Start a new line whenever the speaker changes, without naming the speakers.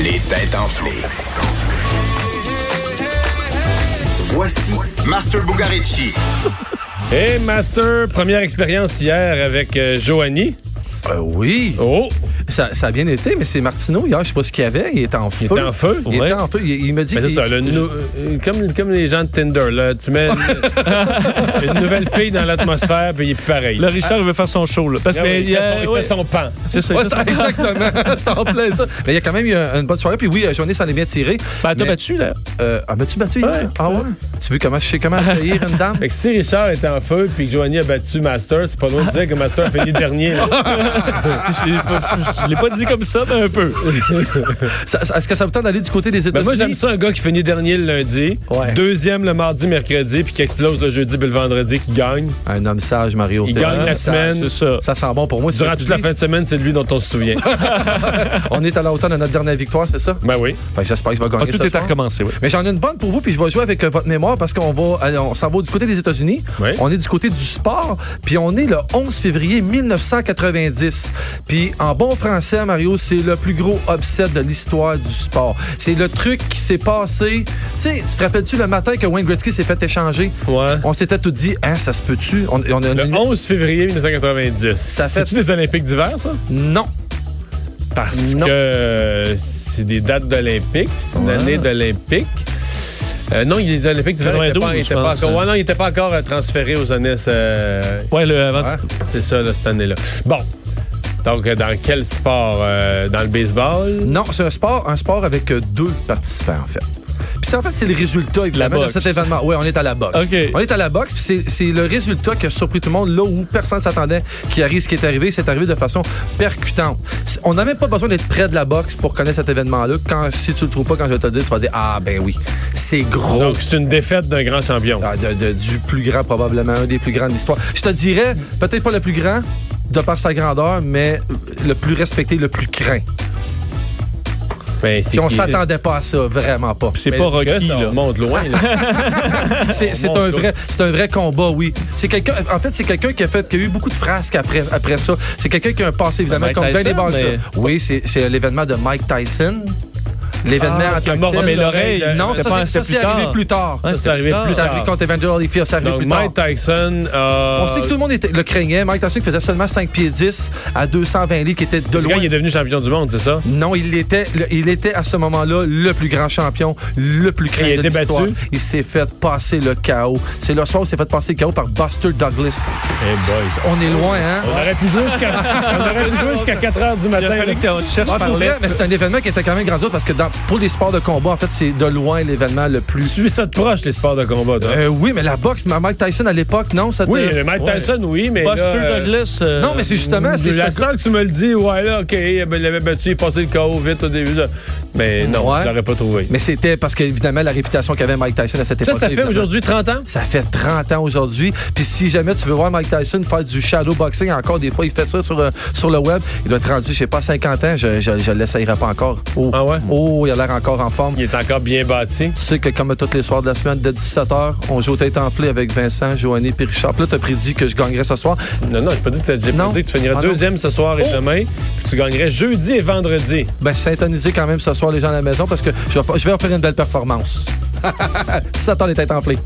Les têtes enflées. Voici Master Bugarici.
Hey Master, première expérience hier avec euh, Joanie.
Euh, oui.
Oh,
Ça, ça a bien été, mais c'est Martineau hier, je sais pas ce qu'il y avait. Il était en feu.
Il était en feu?
Il
Ouais.
était en feu. Il, il me dit.
mais c'est
qu'il-
ça, le nou- euh, comme, comme les gens de Tinder, là, tu mets une, une nouvelle fille dans l'atmosphère, puis il est plus pareil.
Là, Ben, Richard, il veut faire son show. Là, parce
Ah
que
oui, il,
il y
fait
a-
son, il
ouais,
fait son pan.
c'est ça.
Ouais,
il fait
c'est-
son-
exactement. c'est en plein ça. Mais il y a quand même eu un- une bonne soirée. Puis oui, euh, Joanie s'en est bien tirée.
Ben, elle t'a
Mais,
battu, là.
euh, ah, m'as-tu battu hier?
Ouais.
Ah ouais? Tu veux comment je sais comment accueillir une dame?
Fait que si Richard est en feu, puis que Joanie a battu Master, c'est pas loin de dire que Master a fini dernier. là.
C'est pas- Je l'ai pas dit comme ça, mais un peu.
Ça- ça- Est-ce que ça vous tente d'aller du côté des
Ben,
États-Unis?
moi, j'aime ça, un gars qui finit dernier le lundi,
Ouais.
deuxième le mardi, mercredi, puis qui explose le jeudi, puis le vendredi, qui gagne.
Un homme sage, Mario.
Il
T'es
gagne
un
la
homme
semaine.
C'est ça.
sage. Ça sent bon pour moi.
Durant
C'est ce
toute
que
la
tu
fin de semaine, c'est de lui dont on se souvient.
dis. On est à la hauteur de notre dernière victoire, c'est ça?
ben oui.
Fait que j'espère qu'il va
Ah,
gagner
tout
ce
est à
soir.
recommencer, oui.
Mais j'en ai une bonne pour vous, puis je vais jouer avec euh, votre mémoire parce qu'on va, allez, on s'en va du côté des États-Unis.
Oui.
On est du côté du sport, puis on est le 11 février 1990. Puis en bon français, Mario, c'est le plus gros upset de l'histoire du sport. C'est le truc qui s'est passé. Tu sais, tu te rappelles-tu le matin que Wayne Gretzky s'est fait échanger?
Ouais.
On s'était tout dit, hein, ça se peut-tu? On, on a
Le
une-
11 février 1990.
Ça fait-
C'est-tu des Olympiques d'hiver, ça?
Non.
Parce
Non.
que euh, c'est des dates d'Olympiques, c'est une
Ouais.
année d'Olympique. Euh, non, il- les Olympiques d'hiver n'étaient pas,
92,
étaient
je
pas
pense.
encore. Ouais, non, ils n'étaient pas encore euh, transférés aux années. euh,
Ouais, le avant.
Ouais.
C'est ça, là, cette année-là. Bon. Donc, euh, dans quel sport? Euh, dans le baseball?
Non, c'est un sport, un sport avec euh, deux participants, en fait. Puis ça, en fait, c'est le résultat, évidemment, de
boxe.
cet événement. Oui, on est à la boxe.
OK.
On est à la boxe, puis c'est- c'est le résultat qui a surpris tout le monde, là où personne ne s'attendait qu'il arrive ce qui est arrivé. C'est arrivé de façon percutante. C'est- On n'a même pas besoin d'être près de la boxe pour connaître cet événement-là. Quand Si tu le trouves pas, quand je vais te le dire, tu vas dire Ah, ben oui, c'est gros.
Donc, c'est une défaite d'un grand champion.
Ah, de- de- du plus grand, probablement, un des plus grands de l'histoire. Je te dirais, peut-être pas le plus grand, de par sa grandeur, mais le plus respecté, le plus craint.
Ben, c'est
Puis on
qui?
s'attendait pas à ça, vraiment pas.
C'est
Mais
pas
le- que
Rocky,
ça,
là.
On monte loin, là.
C'est c'est
monte
un
l'autre.
vrai, c'est un vrai combat, oui. C'est quelqu'un, en fait, c'est quelqu'un qui a fait, qui a eu beaucoup de frasques après, après ça. C'est quelqu'un qui a un passé évidemment
Mike
comme bien
Tyson,
des boxeurs.
mais-
Oui, c'est c'est l'événement de Mike Tyson. L'événement
Ah,
en
qui a
tant que
mort-
tel.
mais
l'oreille, euh,
Non,
c'était
ça, c'est-
pas-
ça,
c'était
c'est
plus
arrivé
tard.
plus tard.
Ouais,
Ça, c'est arrivé plus
Ça
tard.
arrive contre Evander Holyfield, ça arrive
Donc,
plus tard.
Mike Tyson. euh,
On sait que tout le monde était, le craignait. Mike Tyson qui faisait seulement 5 pieds 10 à 220 livres, qui était de
c'est quand
loin
il est devenu champion du monde, c'est ça?
non, il était, le- il était à ce moment-là le plus grand champion, le plus craint
Il a été
de
battu?
l'histoire. Il s'est fait passer le chaos. C'est le soir où il s'est fait passer le chaos par Buster Douglas.
Eh boy.
On est loin, hein?
On aurait pu jouer jusqu'à on aurait pu jouer jusqu'à 4 heures du
Il a
matin.
fallu
là.
que t'en- tu cherches
Ah,
par
pour vrai,
lettre.
mais c'est un événement qui était quand même grandiose parce que dans- pour les sports de combat, en fait, c'est de loin l'événement le
Tu
plus.
suis ça de proche, les sports de combat, toi.
Euh, oui, mais la boxe, ma- Mike Tyson à l'époque, non, ça
oui, le Mike
ouais.
Tyson, oui, mais.
Buster
là, euh, mm,
Douglas. euh,
Non, mais c'est justement, c'est
La
ce gars-
star que tu me le dis, ouais, là, OK, ben, il avait battu, il est passé le KO vite au début. là. Mais non,
Ouais.
je l'aurais pas trouvé.
Mais c'était parce qu'évidemment, la réputation qu'avait Mike Tyson à cette
ça,
époque.
ça fait aujourd'hui 30 ans?
Ça fait 30 ans aujourd'hui. Puis si jamais tu veux voir Mike Tyson faire du shadow boxing, encore des fois, il fait ça sur, euh, sur le web. Il doit être rendu, je sais pas, 50 ans. Je je, je l'essayerai pas encore. Oh,
Ah ouais?
oh, il a l'air encore en forme.
Il est encore bien bâti.
Tu sais que comme tous les soirs de la semaine, dès 17h, on joue aux têtes enflées avec Vincent, Joanny puis Richard. Puis là, t'as prédit que je gagnerais ce soir.
Non, non, j'ai pas dit que, t'as- j'ai pas
Non.
dit que tu finirais
Ah, non.
deuxième ce soir et
Oh!
demain, puis tu gagnerais jeudi et vendredi.
Ben, synthonisez quand même ce soir les gens à la maison parce que je vais, fa- je vais en faire une belle performance. 17h, les têtes enflées.